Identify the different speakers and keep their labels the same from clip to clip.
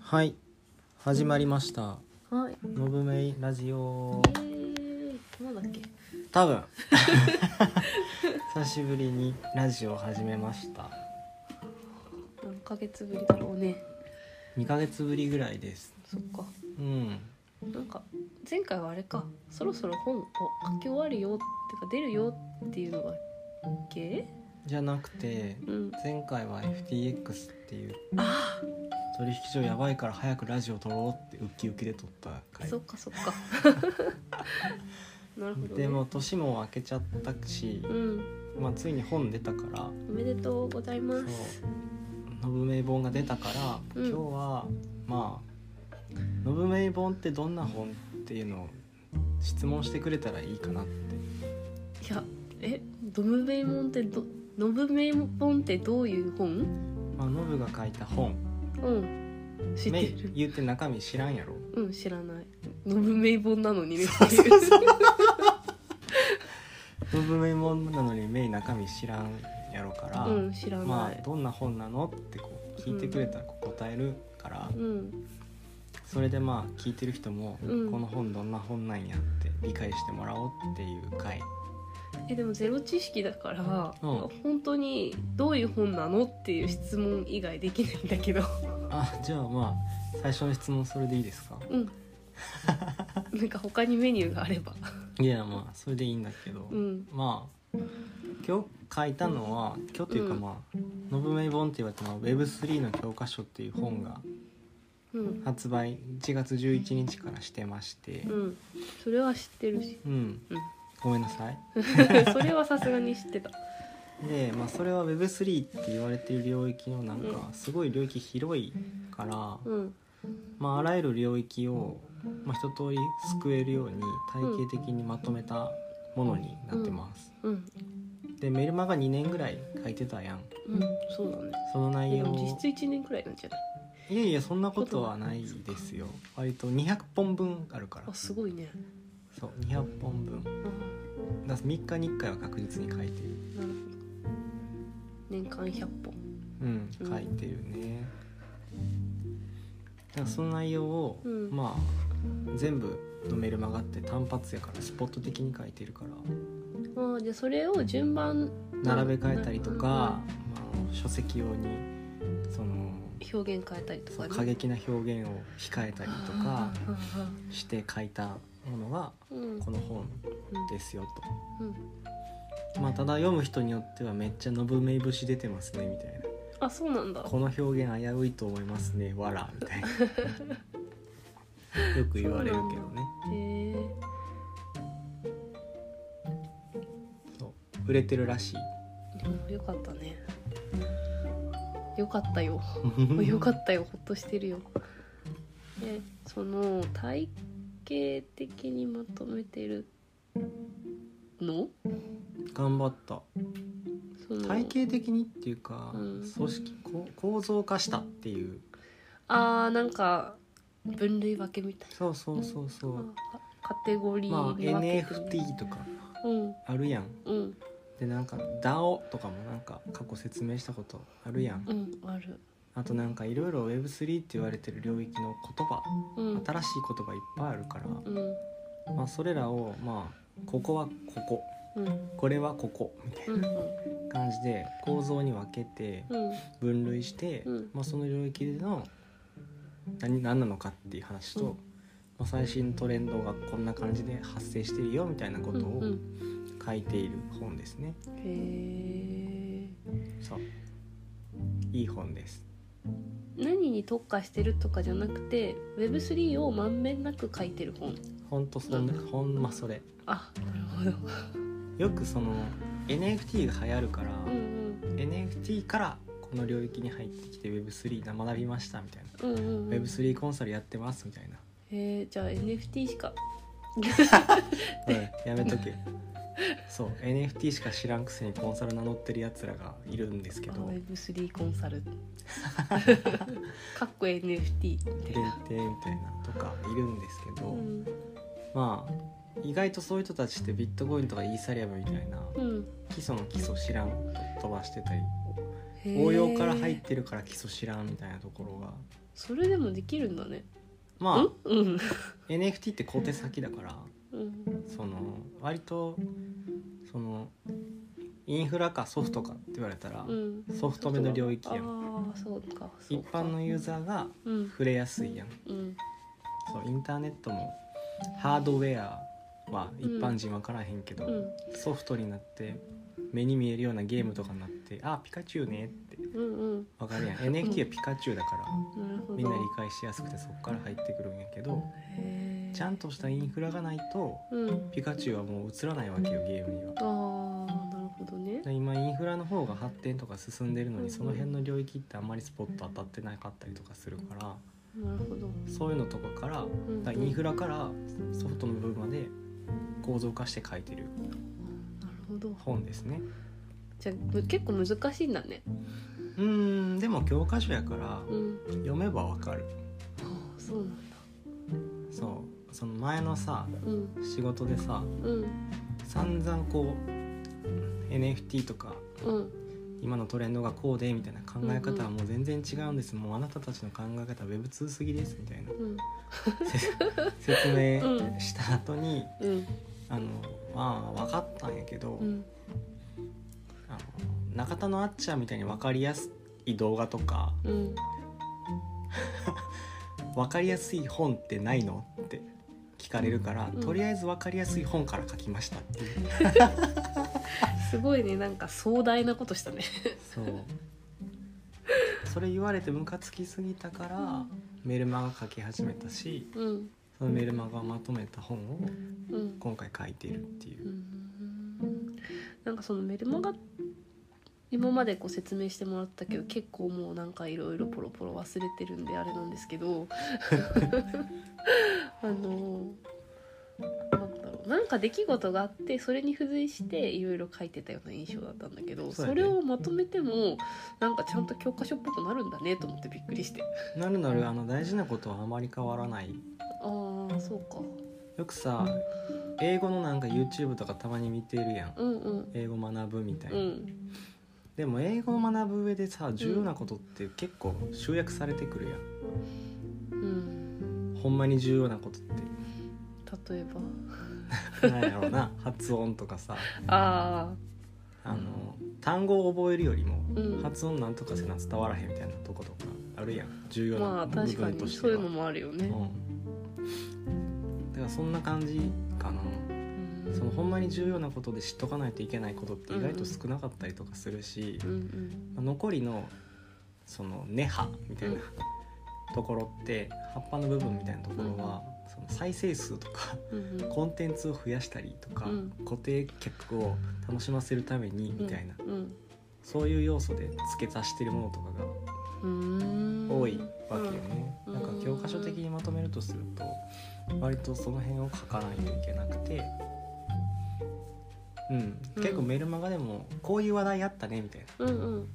Speaker 1: はい始まりました
Speaker 2: はい。
Speaker 1: 「のぶめいラジオ
Speaker 2: えー、なんだっけ。」
Speaker 1: 多分 久しぶりにラジオ始めました
Speaker 2: 何ヶ月ぶりだろうね。
Speaker 1: 2ヶ月ぶりぐらいです
Speaker 2: そっか。
Speaker 1: うん
Speaker 2: なんか前回はあれか。そろそろ本を書き終わるよってか出るよっていうのが系？
Speaker 1: じゃなくて
Speaker 2: うん。
Speaker 1: 前回は FTX っていう
Speaker 2: あ
Speaker 1: 取引所やばいから早くラジオ撮ろうってウキウキで撮った
Speaker 2: あ、
Speaker 1: 回
Speaker 2: そっかそっ か。なるほど、ね。
Speaker 1: でも。年も明けちゃったし
Speaker 2: う、ん。
Speaker 1: まあ、ついに本出たから
Speaker 2: おめでとうございま
Speaker 1: そう
Speaker 2: す。
Speaker 1: のぶめい本が出たから、
Speaker 2: うん
Speaker 1: 今日はまあのぶめい本ってどんな本っていうのを質問してくれたらいいかなって
Speaker 2: いや、え、ドムベイモンってど、ノブメイモンってどういう本？
Speaker 1: まあのぶが書いた本
Speaker 2: うん。知って
Speaker 1: め
Speaker 2: る。
Speaker 1: 言って中身知らんやろ
Speaker 2: うん、知らない。ノブメイ本なのにね。
Speaker 1: のぶめい本なのにめい中身知らんやろから、
Speaker 2: うん、知らない。
Speaker 1: まあどんな本なのってこう聞いてくれたらこう答えるから、
Speaker 2: うん、
Speaker 1: それでまあ聞いてる人も、
Speaker 2: うん
Speaker 1: この本どんな本なんやって理解してもらおうっていう回
Speaker 2: えでもゼロ知識だから、
Speaker 1: うん
Speaker 2: 本当にどういう本なのっていう質問以外できないんだけど
Speaker 1: あじゃあまあ最初の質問それでいいですか
Speaker 2: うんなんか他にメニューがあれば
Speaker 1: いやまあそれでいいんだけど、
Speaker 2: うん
Speaker 1: まあ今日書いたのは今日というか
Speaker 2: うん
Speaker 1: まあ「ノブメイ本」って言われたのは Web3 の教科書っていう本が
Speaker 2: うん
Speaker 1: 発売1月11日からしてまして
Speaker 2: うんそれは知って るし
Speaker 1: うん、ごめんなさい
Speaker 2: それはさすがに知ってた
Speaker 1: で、まあ、それは Web3 って言われてる領域のなん
Speaker 2: う
Speaker 1: かすごい領域広いから、
Speaker 2: うん
Speaker 1: まあ、あらゆる領域を、まあ、一通り救えるように体系的にまとめたものになってます、
Speaker 2: うん
Speaker 1: でメルマが2年ぐらい書いてたやん
Speaker 2: うんそうだね
Speaker 1: その内
Speaker 2: で
Speaker 1: 容
Speaker 2: も
Speaker 1: を
Speaker 2: 実質1年くらいなんじゃない
Speaker 1: いやいやそんなことはないですよ割と200本分あるから
Speaker 2: あすごいね
Speaker 1: そう200本分だか
Speaker 2: あ
Speaker 1: ら3日に1回は確実に書いてる
Speaker 2: なるほど年間100本
Speaker 1: うん
Speaker 2: うん
Speaker 1: 書いてるねだからその内容を、
Speaker 2: うん
Speaker 1: まあ全部のメルマガって単発やからスポット的に書いてるか
Speaker 2: ああじゃあそれを順番
Speaker 1: ら並べ替えたりとか、まあ、書籍用にその
Speaker 2: 表現変えたりと
Speaker 1: そ
Speaker 2: か
Speaker 1: う
Speaker 2: ね
Speaker 1: 過激な表現を控えたりとかして書いたものが
Speaker 2: うん
Speaker 1: この本
Speaker 2: うん
Speaker 1: ですよと。
Speaker 2: うん
Speaker 1: まあ、ただ読む人によってはめっちゃ「のぶめい節出てますね」みたいな
Speaker 2: あそうなん
Speaker 1: 「
Speaker 2: だ
Speaker 1: この表現危ういと思いますね」「わら」みた いなよく言われるけどね
Speaker 2: へえ
Speaker 1: そう売れてるらしい
Speaker 2: でもよかったねよかったよよかったよほっとしてるよでその体系的にまとめてるの
Speaker 1: 頑張った
Speaker 2: その
Speaker 1: 体系的にっていうか、
Speaker 2: うん
Speaker 1: 組織こ構造化したっていう
Speaker 2: あーなんか分類分けみたい
Speaker 1: そうそうそうそう
Speaker 2: なカテゴリー
Speaker 1: まあ
Speaker 2: に分けて
Speaker 1: NFT とか
Speaker 2: うん
Speaker 1: あるやん
Speaker 2: うん
Speaker 1: でなんか DAO とかもなんか過去説明したことあるやん
Speaker 2: うんある
Speaker 1: あとなんかいろいろ Web3 って言われてる領域の言葉
Speaker 2: うん
Speaker 1: 新しい言葉いっぱいあるから、
Speaker 2: うん
Speaker 1: まあ、それらをまあここはここ
Speaker 2: うん
Speaker 1: これはここみたい
Speaker 2: うん
Speaker 1: な感じで構造に分けて
Speaker 2: うん
Speaker 1: 分類して、
Speaker 2: うん
Speaker 1: まあ、その領域での何何なのかっていう話と、
Speaker 2: うん
Speaker 1: まあ、最新トレンドがこんな感じで発生してるよみたいなこ
Speaker 2: う
Speaker 1: と
Speaker 2: ん
Speaker 1: を
Speaker 2: うん
Speaker 1: 書いている本ですね。
Speaker 2: へえ
Speaker 1: そういい本です。
Speaker 2: 何に特化してるとかじゃなくて Web3 をまんべんなく書いてる本
Speaker 1: ほんとそんなほんまそれ。
Speaker 2: あなるほど
Speaker 1: よくその NFT が流行るから、
Speaker 2: うん
Speaker 1: NFT からこの領域に入ってきて Web3 な学びましたみたいな、
Speaker 2: うんうんうんうんへ
Speaker 1: Web3 コンサルやってますみたいな、
Speaker 2: えじゃあ NFT しか
Speaker 1: うんやめとけそう NFT しか知らんくせにコンサル名乗ってるやつらがいるんですけ
Speaker 2: あ
Speaker 1: ど
Speaker 2: Web3 コンサ ルかっこ NFT みたい
Speaker 1: 限
Speaker 2: な
Speaker 1: 定みたいなとかいるんですけど、
Speaker 2: うん
Speaker 1: まあ意外とそういう人たちってビットコインとかイーサリアムみたいな
Speaker 2: うん
Speaker 1: 基礎の基礎知らんと飛ばしてたり
Speaker 2: へー
Speaker 1: 応用から入ってるから基礎知らんみたいなところが
Speaker 2: それでもできるんだね
Speaker 1: まあ
Speaker 2: うん
Speaker 1: NFT って工程先だから
Speaker 2: うん
Speaker 1: その割とそのインフラかソフトかって言われたら
Speaker 2: うん
Speaker 1: ソフト目の領域
Speaker 2: ああ
Speaker 1: やん
Speaker 2: ーそうかそう
Speaker 1: 一
Speaker 2: か
Speaker 1: 般のユーザーが
Speaker 2: うん
Speaker 1: 触れやすいやん
Speaker 2: うん
Speaker 1: そうインターネットもハードウェアは一般人分からへんけど、
Speaker 2: うん
Speaker 1: ソフトになって目に見えるようなゲームとかになって「あピカチュウね」って
Speaker 2: うんうん
Speaker 1: 分かるやん NFT はピカチュウだから
Speaker 2: なるほど
Speaker 1: みんな理解しやすくてそこから入ってくるんやけど
Speaker 2: へー
Speaker 1: ちゃんとしたインフラがないと
Speaker 2: うん
Speaker 1: ピカチュウはもう映らないわけよゲームには。
Speaker 2: ああなるほどね
Speaker 1: で今インフラの方が発展とか進んでるのにその辺の領域ってあんまりスポット当たってなかったりとかするから
Speaker 2: なるほど
Speaker 1: そういうのとかから
Speaker 2: ん
Speaker 1: だからインフラからソフトの部分まで構造化して書いてる
Speaker 2: なるほど
Speaker 1: 本ですね
Speaker 2: じゃあむ結構難しいんだね
Speaker 1: うーんでも教科書やから
Speaker 2: うん
Speaker 1: 読めばわかる
Speaker 2: ああそうなんだ
Speaker 1: そうその前のさ
Speaker 2: うん
Speaker 1: 仕事でさ
Speaker 2: うん
Speaker 1: 散々こう NFT とか
Speaker 2: うん
Speaker 1: 今のトレンドがこうでみたいな考え方はもう全然違うんです、もうあなたたちの考え方は Web2 すぎですみたいな
Speaker 2: うん
Speaker 1: せ 説明
Speaker 2: うん
Speaker 1: した後に
Speaker 2: うん
Speaker 1: あのまあ分かったんやけど、
Speaker 2: うん
Speaker 1: あの中田のあっちゃんみたいに分かりやすい動画とか
Speaker 2: うん
Speaker 1: 分かりやすい本ってないのって聞かれるから、
Speaker 2: うん
Speaker 1: とりあえず分かりやすい本から書きましたっていう
Speaker 2: すごいねなんか壮大なことしたね
Speaker 1: そうそれ言われてムカつきすぎたからメルマガ書き始めたし
Speaker 2: うん
Speaker 1: そのメルマガをまとめた本を
Speaker 2: うん
Speaker 1: 今回書いているっていうう、
Speaker 2: んなんかそのメルマガ今までこう説明してもらったけど結構もうなんかいろいろポロポロ忘れてるんであれなんですけ どあのなんだろうなんか出来事があってそれに付随していろいろ書いてたような印象だったんだけど
Speaker 1: そ
Speaker 2: そう
Speaker 1: だね
Speaker 2: れをまとめてもなんかちゃんと教科書っぽくなるんだねと思ってびっくりして
Speaker 1: なるなるあの大事なことはあまり変わらない
Speaker 2: ああそうか
Speaker 1: よくさ英語のなんか YouTube とかたまに見てるやん
Speaker 2: うんうん
Speaker 1: 英語学ぶみたいな、
Speaker 2: うん
Speaker 1: でも英語を学ぶ上でさ重要なことって結構集約されてくるやん、
Speaker 2: うん
Speaker 1: ほんまに重要なことっ
Speaker 2: 例えば
Speaker 1: てなんやろうな発音とかさ
Speaker 2: ああ
Speaker 1: あの単語を覚えるよりも
Speaker 2: うん
Speaker 1: 発音なんとかせな伝わらへんみたいなとことかあるやん重要
Speaker 2: ま
Speaker 1: な
Speaker 2: あ
Speaker 1: 部
Speaker 2: 確か
Speaker 1: 分と
Speaker 2: に
Speaker 1: し
Speaker 2: そう
Speaker 1: て
Speaker 2: い
Speaker 1: は
Speaker 2: うのもあるよね。
Speaker 1: うんだからそんな感じかな
Speaker 2: うん
Speaker 1: そのほんまに重要なことで知っとかないといけないことって意外と少なかったりとかするし、
Speaker 2: うんうん
Speaker 1: まあ残りのその根葉みたいな
Speaker 2: うん
Speaker 1: ところって葉っぱの部分みたいなところはその再生数とか
Speaker 2: うんうん
Speaker 1: コンテンツを増やしたりとか
Speaker 2: うん
Speaker 1: 固定客を楽しませるためにみたいな
Speaker 2: うん
Speaker 1: そういう要素で付け足してるものとか
Speaker 2: うん
Speaker 1: が多いわけよね。
Speaker 2: うん
Speaker 1: なんか教科書的にまとめるとすると割とその辺を書かないといけなくて。うん、結構メルマガでもこういう話題あったねみたいな
Speaker 2: うんうん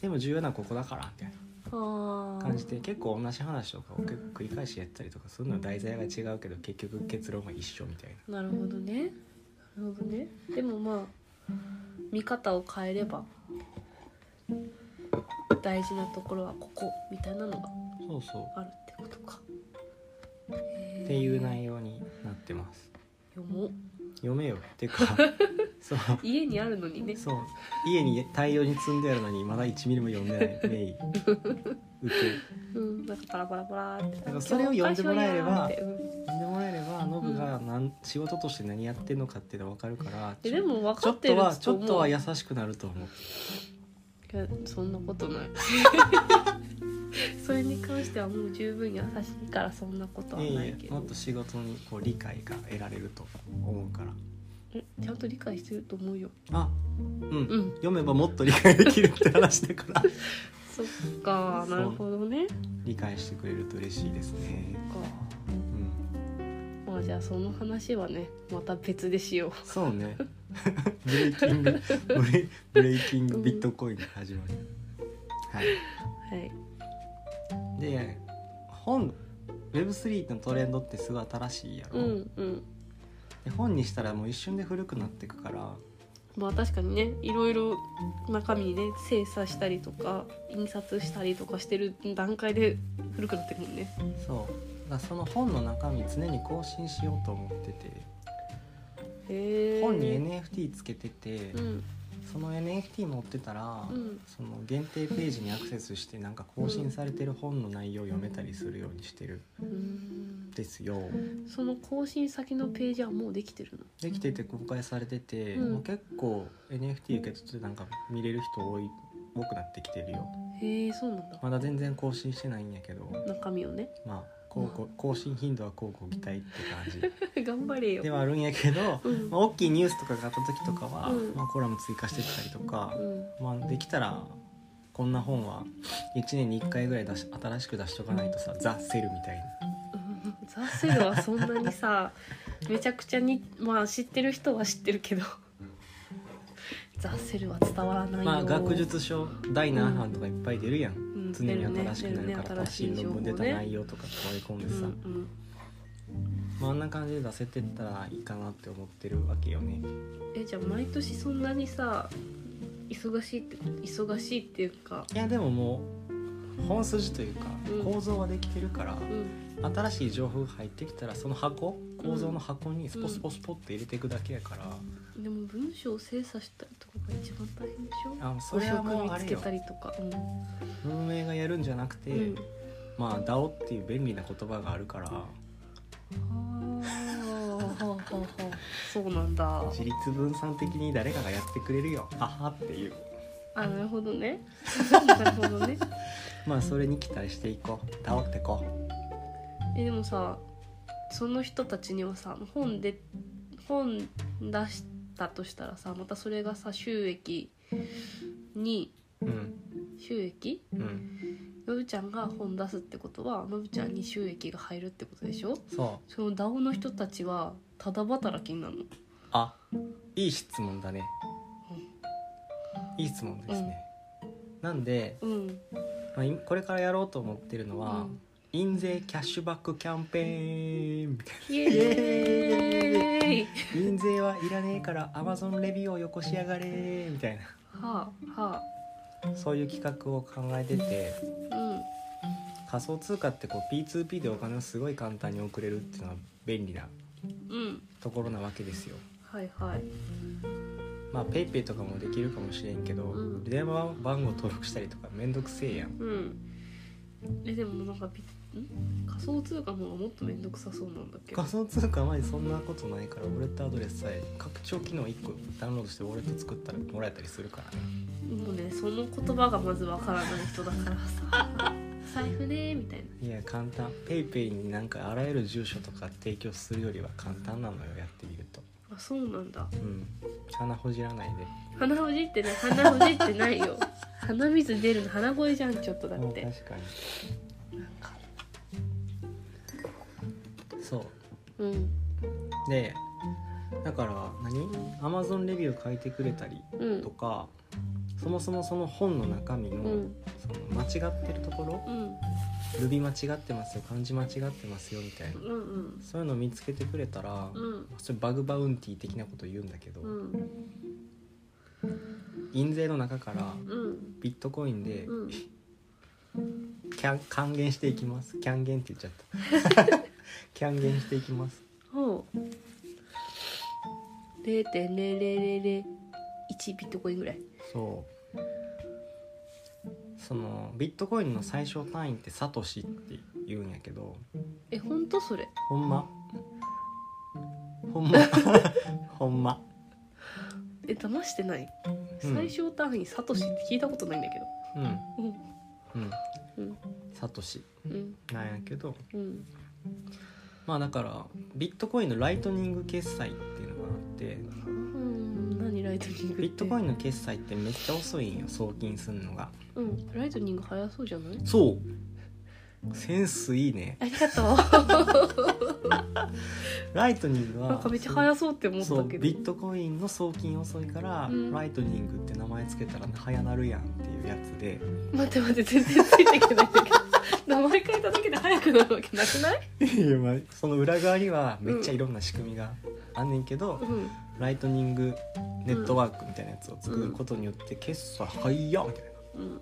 Speaker 1: でも重要なのはここだからみたいな
Speaker 2: ああ
Speaker 1: 感じて結構同じ話とかを結構繰り返しやったりとかするのは題材が違うけど結局結論は一緒みたいな
Speaker 2: なるほどねなるほどねでもまあ見方を変えれば大事なところはここみたいなのが
Speaker 1: そうそ
Speaker 2: あるってことか。
Speaker 1: う
Speaker 2: へー
Speaker 1: っていう内容になってます
Speaker 2: 読もう
Speaker 1: 読めよってか そう
Speaker 2: 家にあるのにね
Speaker 1: そう家に大量に積んであるのにまだ1ミリも読んでないメイ受け
Speaker 2: うんなんかパラパラパラって
Speaker 1: だからそれを読んでもらえれば
Speaker 2: 教科書やーってうん
Speaker 1: 読んでもらえればノブがなん仕事として何やってんのかっていうのは分かるから
Speaker 2: え
Speaker 1: ち
Speaker 2: で
Speaker 1: ょ
Speaker 2: も分
Speaker 1: ち
Speaker 2: か
Speaker 1: ょ
Speaker 2: っ
Speaker 1: って
Speaker 2: る
Speaker 1: とは
Speaker 2: やつ
Speaker 1: ちょ
Speaker 2: と
Speaker 1: っと
Speaker 2: 思う
Speaker 1: はい優
Speaker 2: や
Speaker 1: しくなると思う
Speaker 2: そんなこと ないそれに関してはもう十分優しいからそんなことは
Speaker 1: え
Speaker 2: ない
Speaker 1: え
Speaker 2: けど
Speaker 1: もっと仕事にこう理解が得られると思うから
Speaker 2: えちゃんと理解してると思うよ
Speaker 1: あうん
Speaker 2: うん
Speaker 1: 読めばもっと理解できるって話だから
Speaker 2: そっか
Speaker 1: そう
Speaker 2: なるほどね
Speaker 1: 理解してくれると嬉しいですね、
Speaker 2: そっか
Speaker 1: うん、
Speaker 2: まあじゃあその話はねまた別でしよ
Speaker 1: そうねブレイキングブレブレイキングビットコインが始まる、は
Speaker 2: うはい
Speaker 1: い、で本 Web3 のトレンドってすごい新しいやろ、
Speaker 2: うんうん
Speaker 1: で本にしたらもう一瞬で古くなってくから
Speaker 2: まあ確かにねいろいろ中身ね精査したりとか印刷したりとかしてる段階で古くなってくもんね
Speaker 1: そうだからその本の中身常に更新しようと思ってて
Speaker 2: へえ
Speaker 1: 本に NFT つけてて
Speaker 2: うん
Speaker 1: その NFT 持ってたら、
Speaker 2: うん
Speaker 1: その限定ページにアクセスしてなんか更新されてる本の内容を読めたりするようにしてる
Speaker 2: うーん
Speaker 1: んですよ。
Speaker 2: その更新先のページはもうできてるの
Speaker 1: できてて公開されてて、
Speaker 2: うん
Speaker 1: もう結構 NFT 受け取ってなんか見れる人多い多くなってきてるよ
Speaker 2: へえそうなんだ
Speaker 1: まだ全然更新してないんやけど
Speaker 2: 中身をね
Speaker 1: まあこうこう更新頻度はこうご期待って感
Speaker 2: 頑張れ
Speaker 1: じ
Speaker 2: よ
Speaker 1: ではあるんやけど、
Speaker 2: うん
Speaker 1: まあ、大きいニュースとかがあった時とかは、
Speaker 2: うん
Speaker 1: まあ、コラム追加してったりとか
Speaker 2: う、ん
Speaker 1: まあ、できたらこんな本は1年に1回ぐらい出し新しく出しとかないとさ「ザ・セル」みたいな
Speaker 2: うんザ・セルはそんなにさ めちゃくちゃにまあ知ってる人は知ってるけど ザ・セルは伝わらないよ、
Speaker 1: まあ学術書第何版とかいっぱい出るやん
Speaker 2: うん
Speaker 1: 常に新しくなるから
Speaker 2: 出ね
Speaker 1: 新しい論文出た内容とか加え込んで
Speaker 2: うん
Speaker 1: さ、
Speaker 2: うん
Speaker 1: まあ、あんな感じで出せてったらいいかなって思ってるわけよね
Speaker 2: えじゃあ毎年そんなにさ忙しいって忙しいっていうか、
Speaker 1: いやでももう本筋というか
Speaker 2: うん
Speaker 1: 構造はできてるから
Speaker 2: う、ん、
Speaker 1: 新しい情報が入ってきたらその箱構造の箱にスポスポスポって入れていくだけやから、
Speaker 2: でも文章を精査したりとかが一番大変でしょ
Speaker 1: あのそれはもうあ
Speaker 2: 補足見
Speaker 1: れ
Speaker 2: つけ
Speaker 1: よ
Speaker 2: たりとか、うん
Speaker 1: 運営がやるんじゃなくて、
Speaker 2: うん
Speaker 1: まあ DAO っていう便利な言葉があるから
Speaker 2: はあはあはあはあそうなんだ
Speaker 1: 自立分散的に誰かがやってくれるよははっていう
Speaker 2: あなるほど ねなるほどね
Speaker 1: まあそれに期待していこう DAO ってこう
Speaker 2: えでもさその人たちにはさ本で本出したとしたらさまたそれがさ収益に
Speaker 1: うん
Speaker 2: 収益
Speaker 1: うん
Speaker 2: のぶちゃんが本出すってことはのぶちゃんに収益が入るってことでしょ
Speaker 1: そう
Speaker 2: その DAO の人たちはただ働きになるの
Speaker 1: あいい質問だねいい質問ですね、なんで、
Speaker 2: うん
Speaker 1: まあ、いこれからやろうと思ってるのは、
Speaker 2: うん
Speaker 1: 印税キャッシュバックキャンペーンみたい
Speaker 2: イエーイ
Speaker 1: な印税はいらねえからアマゾンレビューをよこしやがれみたい
Speaker 2: はあは
Speaker 1: なそういう企画を考えてて
Speaker 2: あうん
Speaker 1: 仮想通貨ってこう P2P でお金をすごい簡単に送れるっていうのは便利な
Speaker 2: うん
Speaker 1: ところなわけですよ
Speaker 2: はいはい
Speaker 1: まあ PayPay とかもできるかもしれんけど、
Speaker 2: うん
Speaker 1: 電話番号登録したりとかめんどくせえやん
Speaker 2: うんえでもなんかびん仮想通貨の方がもっと面倒くさそうなんだっけど
Speaker 1: 仮想通貨はまでそんなことないからウォレットアドレスさえ拡張機能1個ダウンロードしてウォレット作ったらもらえたりするからね
Speaker 2: もうねその言葉がまずわからない人だからさ 財布ねみたいない
Speaker 1: や簡単 PayPay になんかあらゆる住所とか提供するよりは簡単なのよやってみると
Speaker 2: あそうなんだ
Speaker 1: うん鼻ほじらない
Speaker 2: 鼻ほじってない鼻ほじってないよ鼻水出るの鼻声じゃんちょっと
Speaker 1: で
Speaker 2: だ
Speaker 1: も
Speaker 2: っ
Speaker 1: う確
Speaker 2: て
Speaker 1: か
Speaker 2: なんか
Speaker 1: にそう
Speaker 2: うん
Speaker 1: でだから何 Amazon レビュー書いてくれたり
Speaker 2: う
Speaker 1: と
Speaker 2: ん
Speaker 1: かそもそもその本の中身の,、
Speaker 2: うん
Speaker 1: その間違ってるところ
Speaker 2: うん
Speaker 1: ルビ間違ってますよ漢字間違ってますよみたいな
Speaker 2: うんうん
Speaker 1: そういうのを見つけてくれたら、
Speaker 2: うん
Speaker 1: それバグバウンティー的なこと言うんだけど、
Speaker 2: うん
Speaker 1: 印税の中から
Speaker 2: うん
Speaker 1: ビットコインで
Speaker 2: うん
Speaker 1: キャン還元していきますキャンゲンって言っちゃった キャンゲンしていきます
Speaker 2: ほう0.0001ビットコインぐらい
Speaker 1: そうそのビットコインの最小単位ってサトシって言うんやけど
Speaker 2: え本当それ
Speaker 1: ほんまほんま ほんま
Speaker 2: え騙してない、
Speaker 1: うん
Speaker 2: 最小単位サトシって聞いたことないんだけど
Speaker 1: うん
Speaker 2: うん
Speaker 1: うん
Speaker 2: うん
Speaker 1: サトシ
Speaker 2: うん
Speaker 1: なんやけど
Speaker 2: うん
Speaker 1: まあだからビットコインのライトニング決済っていうのがあって
Speaker 2: うん何ライトニングって
Speaker 1: ビットコインの決済ってめっちゃ遅いんよ送金すんのが
Speaker 2: うんライトニング早そうじゃない
Speaker 1: そうセンスいいね
Speaker 2: ありがと
Speaker 1: ライトニング
Speaker 2: う
Speaker 1: は
Speaker 2: なんかめっちゃ早そうって思っ
Speaker 1: そう
Speaker 2: たけど
Speaker 1: ビットコインの送金遅いから、
Speaker 2: うん
Speaker 1: ライトニングって名前つけたら早なるやんっていうやつで
Speaker 2: 待って待って全然ついていけないんだけど名前変えただけで早くなるわけなくない
Speaker 1: いやまあその裏側にはめっちゃいろんな仕組みがあんねんけど、
Speaker 2: うん
Speaker 1: ライトニングネットワークみたいなやつを作ることによって決済早いやみたい
Speaker 2: うん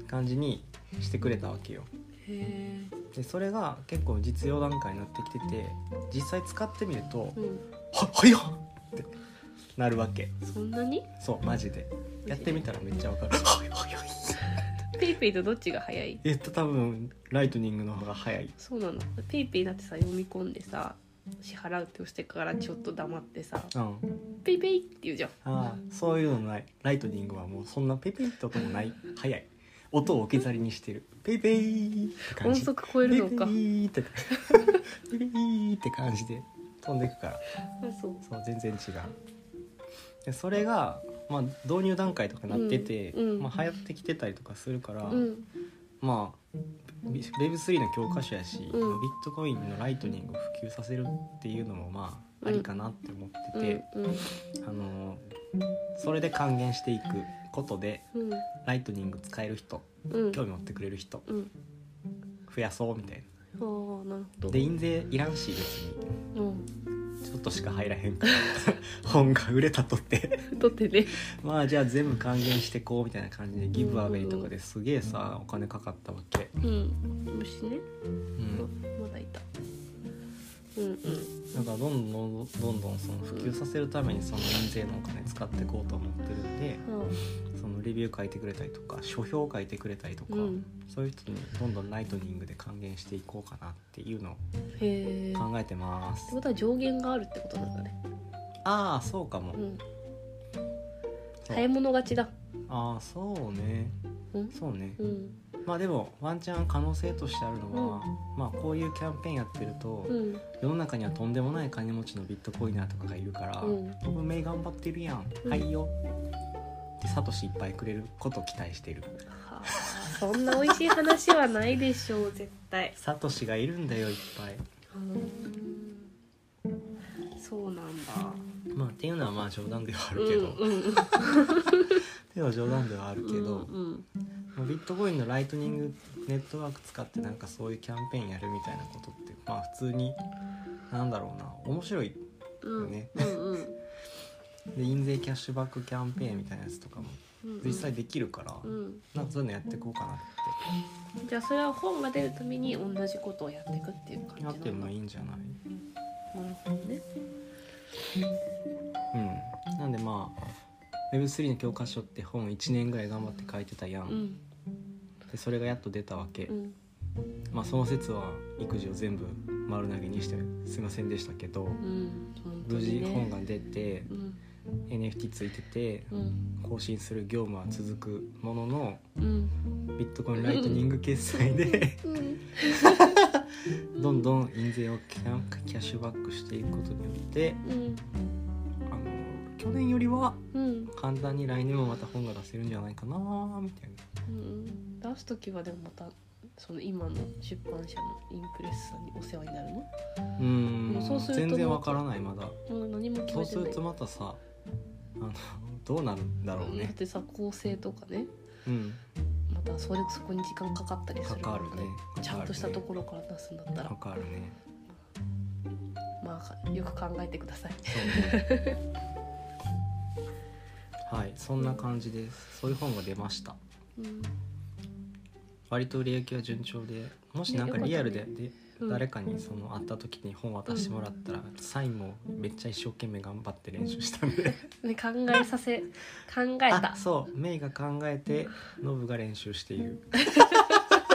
Speaker 1: な感じにしてくれたわけよ
Speaker 2: へえ
Speaker 1: でそれが結構実用段階になってきてて実際使ってみると
Speaker 2: うん
Speaker 1: 「は早っ!」ってなるわけ
Speaker 2: そんなに
Speaker 1: そうマジでやってみたらめっちゃわかる「はい早い!」
Speaker 2: ペイペイとどっちが早い
Speaker 1: えっと多分ライトニングの方が早い
Speaker 2: そうなのペイペイだってさ読み込んでさ支払うって押してからちょっと黙ってさ
Speaker 1: うん
Speaker 2: ペイペイって言うじゃん
Speaker 1: ああそういうのないライトニングはもうそんなペイペイって音もない早い音を置き去りにしてるペイペイって感
Speaker 2: 音
Speaker 1: じ
Speaker 2: 速超えるのか
Speaker 1: ペイペイってペイペイって感じで飛んでいくから
Speaker 2: あそう
Speaker 1: そう全然違うでそれが、まあ、導入段階とかなってて、
Speaker 2: うんうん
Speaker 1: まあ、流行ってきてたりとかするから、
Speaker 2: うん
Speaker 1: まあ Web3 の教科書やし、
Speaker 2: うん
Speaker 1: まあビットコインのライトニングを普及させるっていうのもま
Speaker 2: うん
Speaker 1: あありかなって思って
Speaker 2: うん
Speaker 1: て、あのそれで還元していくことで
Speaker 2: うん
Speaker 1: ライトニング使える人
Speaker 2: うん
Speaker 1: 興味持ってくれる人
Speaker 2: うん
Speaker 1: 増やそうみたい
Speaker 2: ああなるほ
Speaker 1: な
Speaker 2: ど
Speaker 1: で印税いらんし別に
Speaker 2: うん
Speaker 1: ちょっとしか入らへんから 本が売れたとって
Speaker 2: だってね
Speaker 1: まあじゃあ全部還元してこうみたいな感じでギブアウェイとかですげえさお金かかったわけ、
Speaker 2: うん虫ね
Speaker 1: うん、
Speaker 2: まだいたうんうん
Speaker 1: だからどんどんどんどんその普及させるためにその印税のお金使っていこうと思ってるんで
Speaker 2: は
Speaker 1: そのレビュー書いてくれたりとか書評書いてくれたりとか、
Speaker 2: あうん
Speaker 1: そういう人にどんどんライトニングで還元していこうかなっていうの
Speaker 2: へえ
Speaker 1: を
Speaker 2: っ
Speaker 1: 考えてます
Speaker 2: て、ことは上限があるってことなんだね
Speaker 1: ああそうかも、
Speaker 2: うん
Speaker 1: そう
Speaker 2: 早い者勝ちだ
Speaker 1: ああそうね
Speaker 2: うん
Speaker 1: そうね
Speaker 2: うん
Speaker 1: まあでもワンチャン可能性としてあるのは、まあこういうキャンペーンやってると、
Speaker 2: うん
Speaker 1: 世の中にはとんでもない金持ちのビットコイナーとかがいるから「
Speaker 2: うん
Speaker 1: おめえ頑張ってるやん、
Speaker 2: うん
Speaker 1: はいよ」ってサトシいっぱいくれることを期待してる
Speaker 2: はあそんな美味しい話はないでしょう絶対
Speaker 1: サトシがいるんだよいっぱい
Speaker 2: そうなんだ
Speaker 1: まあっていうのはまあ冗談ではあ
Speaker 2: うん
Speaker 1: るけど、っ
Speaker 2: うんうん
Speaker 1: ていうのは冗談ではあるけど、
Speaker 2: うん
Speaker 1: まあビットコインのライトニングネットワーク使ってなんかそういうキャンペーンやるみたいなことってまあ普通になんだろうな面白い
Speaker 2: うん
Speaker 1: よね
Speaker 2: うんうん
Speaker 1: で印税キャッシュバックキャンペーンみたいなやつとかも
Speaker 2: うん
Speaker 1: 実際できるから、
Speaker 2: うん
Speaker 1: なんかそういうのやっていこうかなって
Speaker 2: じゃあそれは本が出るために同じことをやっていくっていう感じ
Speaker 1: や
Speaker 2: な
Speaker 1: って
Speaker 2: んだ
Speaker 1: も
Speaker 2: ない
Speaker 1: いんじゃない
Speaker 2: るほどね
Speaker 1: うん、なんでまあ Web3 の教科書って本1年ぐらい頑張って書いてたやん、
Speaker 2: うん
Speaker 1: でそれがやっと出たわけ、
Speaker 2: うん
Speaker 1: まあその説は育児を全部丸投げにしてすいませんでしたけど
Speaker 2: うん本当
Speaker 1: 無事
Speaker 2: にね
Speaker 1: 本が出て
Speaker 2: うん
Speaker 1: NFT ついてて
Speaker 2: うん
Speaker 1: 更新する業務は続くものの
Speaker 2: うん
Speaker 1: ビットコインライトニング決済で
Speaker 2: うん
Speaker 1: どんどん印税をキャンキャッシュバックしていくことによって
Speaker 2: うん
Speaker 1: あの去年よりは
Speaker 2: うん
Speaker 1: 簡単に来年もまた本が出せるんじゃないかなみたいな。
Speaker 2: うん出す時はでもまたその今の出版社のインプレスさんにお世話になるの、
Speaker 1: うん
Speaker 2: もうそうすると
Speaker 1: 全然わからないまだ
Speaker 2: もう何も決
Speaker 1: そう
Speaker 2: め
Speaker 1: す
Speaker 2: てな
Speaker 1: る
Speaker 2: い
Speaker 1: とまたさあの どうなるんだろう
Speaker 2: だっ
Speaker 1: ね
Speaker 2: てさ構成とかね
Speaker 1: うん
Speaker 2: またそれそこに時間かかったりする
Speaker 1: かかるねかかるね
Speaker 2: ちゃんとしたところから出すんだったら
Speaker 1: わかるね
Speaker 2: まあよく考えてください
Speaker 1: そうねはいそんな感じですそういう本が出ました
Speaker 2: うん
Speaker 1: 割と売り上げは順調でもしなんか
Speaker 2: ね
Speaker 1: リア
Speaker 2: よか
Speaker 1: ル
Speaker 2: った
Speaker 1: で,、
Speaker 2: ね
Speaker 1: で
Speaker 2: うん
Speaker 1: 誰かにその会った時に本渡してもらったら、サインもめっちゃ一生懸命頑張って練習したんで
Speaker 2: ね考えさ せ考え
Speaker 1: あ
Speaker 2: た
Speaker 1: そうメイが考えてノブが練習している
Speaker 2: そ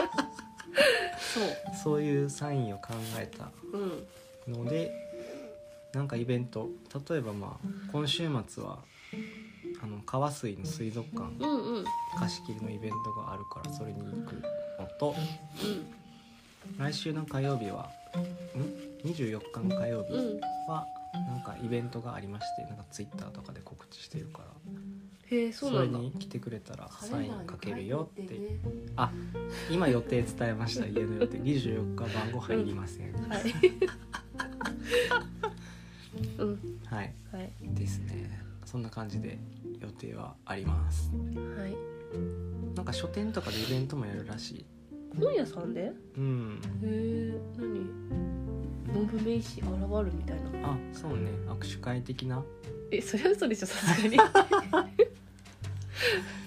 Speaker 2: う
Speaker 1: そういうサインを考えた
Speaker 2: うん
Speaker 1: のでなんかイベント例えばまあ今週末はあの川水の水族館
Speaker 2: うんうんうん
Speaker 1: 貸し切りのイベントがあるからそれに行くのと来週の火曜日はん24日の火曜
Speaker 2: う
Speaker 1: 日
Speaker 2: ん
Speaker 1: はなんかイベントがありましてなんかツイッターとかで告知してるから
Speaker 2: へえそう
Speaker 1: そ
Speaker 2: な
Speaker 1: れ
Speaker 2: んだ
Speaker 1: に来てくれたらサインかけるよってあ今予定伝えました家の予定24日晩ご飯いりません
Speaker 2: はい うん
Speaker 1: はい
Speaker 2: はい
Speaker 1: ですねそんな感じで予定はあります
Speaker 2: はい
Speaker 1: なんか書店とかでイベントもやるらしい
Speaker 2: 本屋さんでへ
Speaker 1: うん
Speaker 2: え何モブ名刺現るみたいな
Speaker 1: あそうね握手会的な
Speaker 2: えそれは嘘でしょさすが に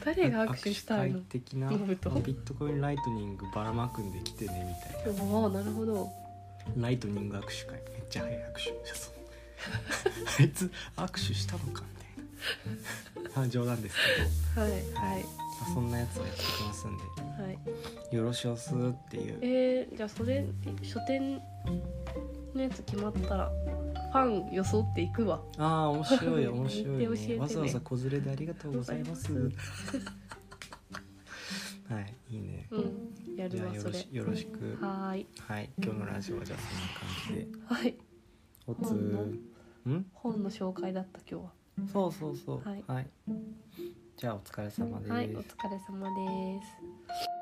Speaker 2: 誰が握手したいの
Speaker 1: 握手会的な
Speaker 2: モブと
Speaker 1: ビットコインライトニングばらまくんできてねみたい
Speaker 2: ああなるほど
Speaker 1: なライトニング握手会めっちゃ早い握手 そうあいつ握手したのかみたいなあ冗談ですけど
Speaker 2: はい
Speaker 1: は
Speaker 2: はいい
Speaker 1: まあそんなやつをやってきますんで
Speaker 2: はい
Speaker 1: よろしおすっていう
Speaker 2: えー、じゃあそれ書店のやつ決まったらファン装っていくわ
Speaker 1: ああ面白い面白い、ね
Speaker 2: 言って教えてね
Speaker 1: わざわざ子連れでありがとうございます
Speaker 2: ござい
Speaker 1: はいいいね
Speaker 2: うんや
Speaker 1: じ
Speaker 2: る
Speaker 1: ゃ
Speaker 2: わ
Speaker 1: あよ
Speaker 2: そ
Speaker 1: ろ
Speaker 2: れ
Speaker 1: しよろしく
Speaker 2: はーい
Speaker 1: はい今日のラジオはじゃあそんな感じで
Speaker 2: はい
Speaker 1: お
Speaker 2: ほんの
Speaker 1: つん
Speaker 2: 本の紹介だった今日は
Speaker 1: そうそうそう
Speaker 2: はい
Speaker 1: じゃあお疲れ様です、
Speaker 2: はいお疲れ様です